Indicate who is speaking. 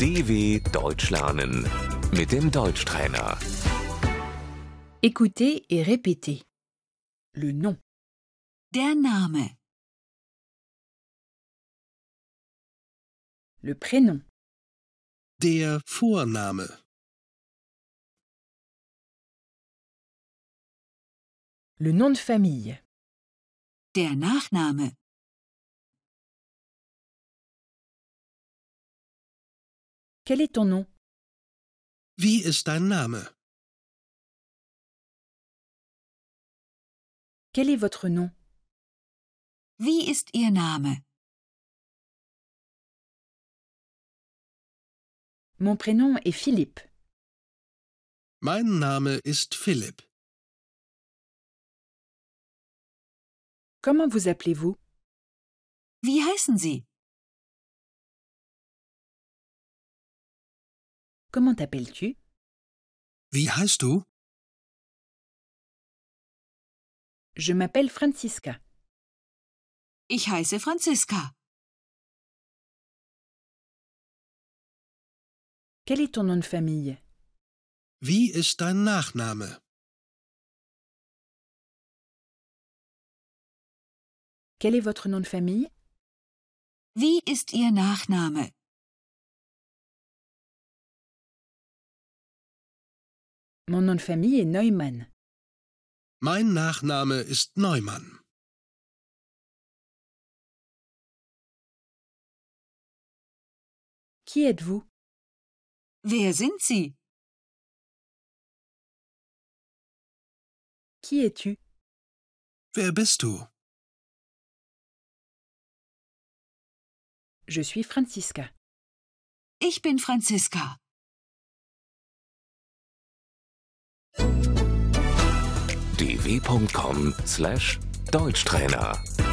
Speaker 1: DW Deutsch lernen mit dem Deutschtrainer.
Speaker 2: Écoutez et répétez. Le nom,
Speaker 3: Der Name,
Speaker 2: le prénom,
Speaker 4: Der Vorname.
Speaker 2: le nom de famille,
Speaker 3: der Nachname,
Speaker 2: quel est ton nom,
Speaker 4: Wie ist dein Name?
Speaker 2: quel est votre nom,
Speaker 3: wie ist Ihr Name,
Speaker 2: mon prénom est Philippe,
Speaker 4: Mein Name ist Philipp.
Speaker 2: comment vous appelez-vous,
Speaker 3: wie heißen Sie,
Speaker 2: comment t'appelles-tu,
Speaker 4: Wie heißt du?
Speaker 2: je m'appelle Francisca,
Speaker 3: ich heiße Franziska,
Speaker 2: quel est ton nom de famille,
Speaker 4: Wie ist dein Nachname?
Speaker 2: quel est votre nom de famille,
Speaker 3: wie ist Ihr Nachname,
Speaker 2: mon nom de famille est Neumann,
Speaker 4: Mein Nachname ist Neumann.
Speaker 2: qui êtes-vous,
Speaker 3: wer sind Sie,
Speaker 2: qui es-tu,
Speaker 4: Wer bist du?
Speaker 2: je suis Francisca.
Speaker 3: ich bin Franziska.
Speaker 1: dw.com/deutschtrainer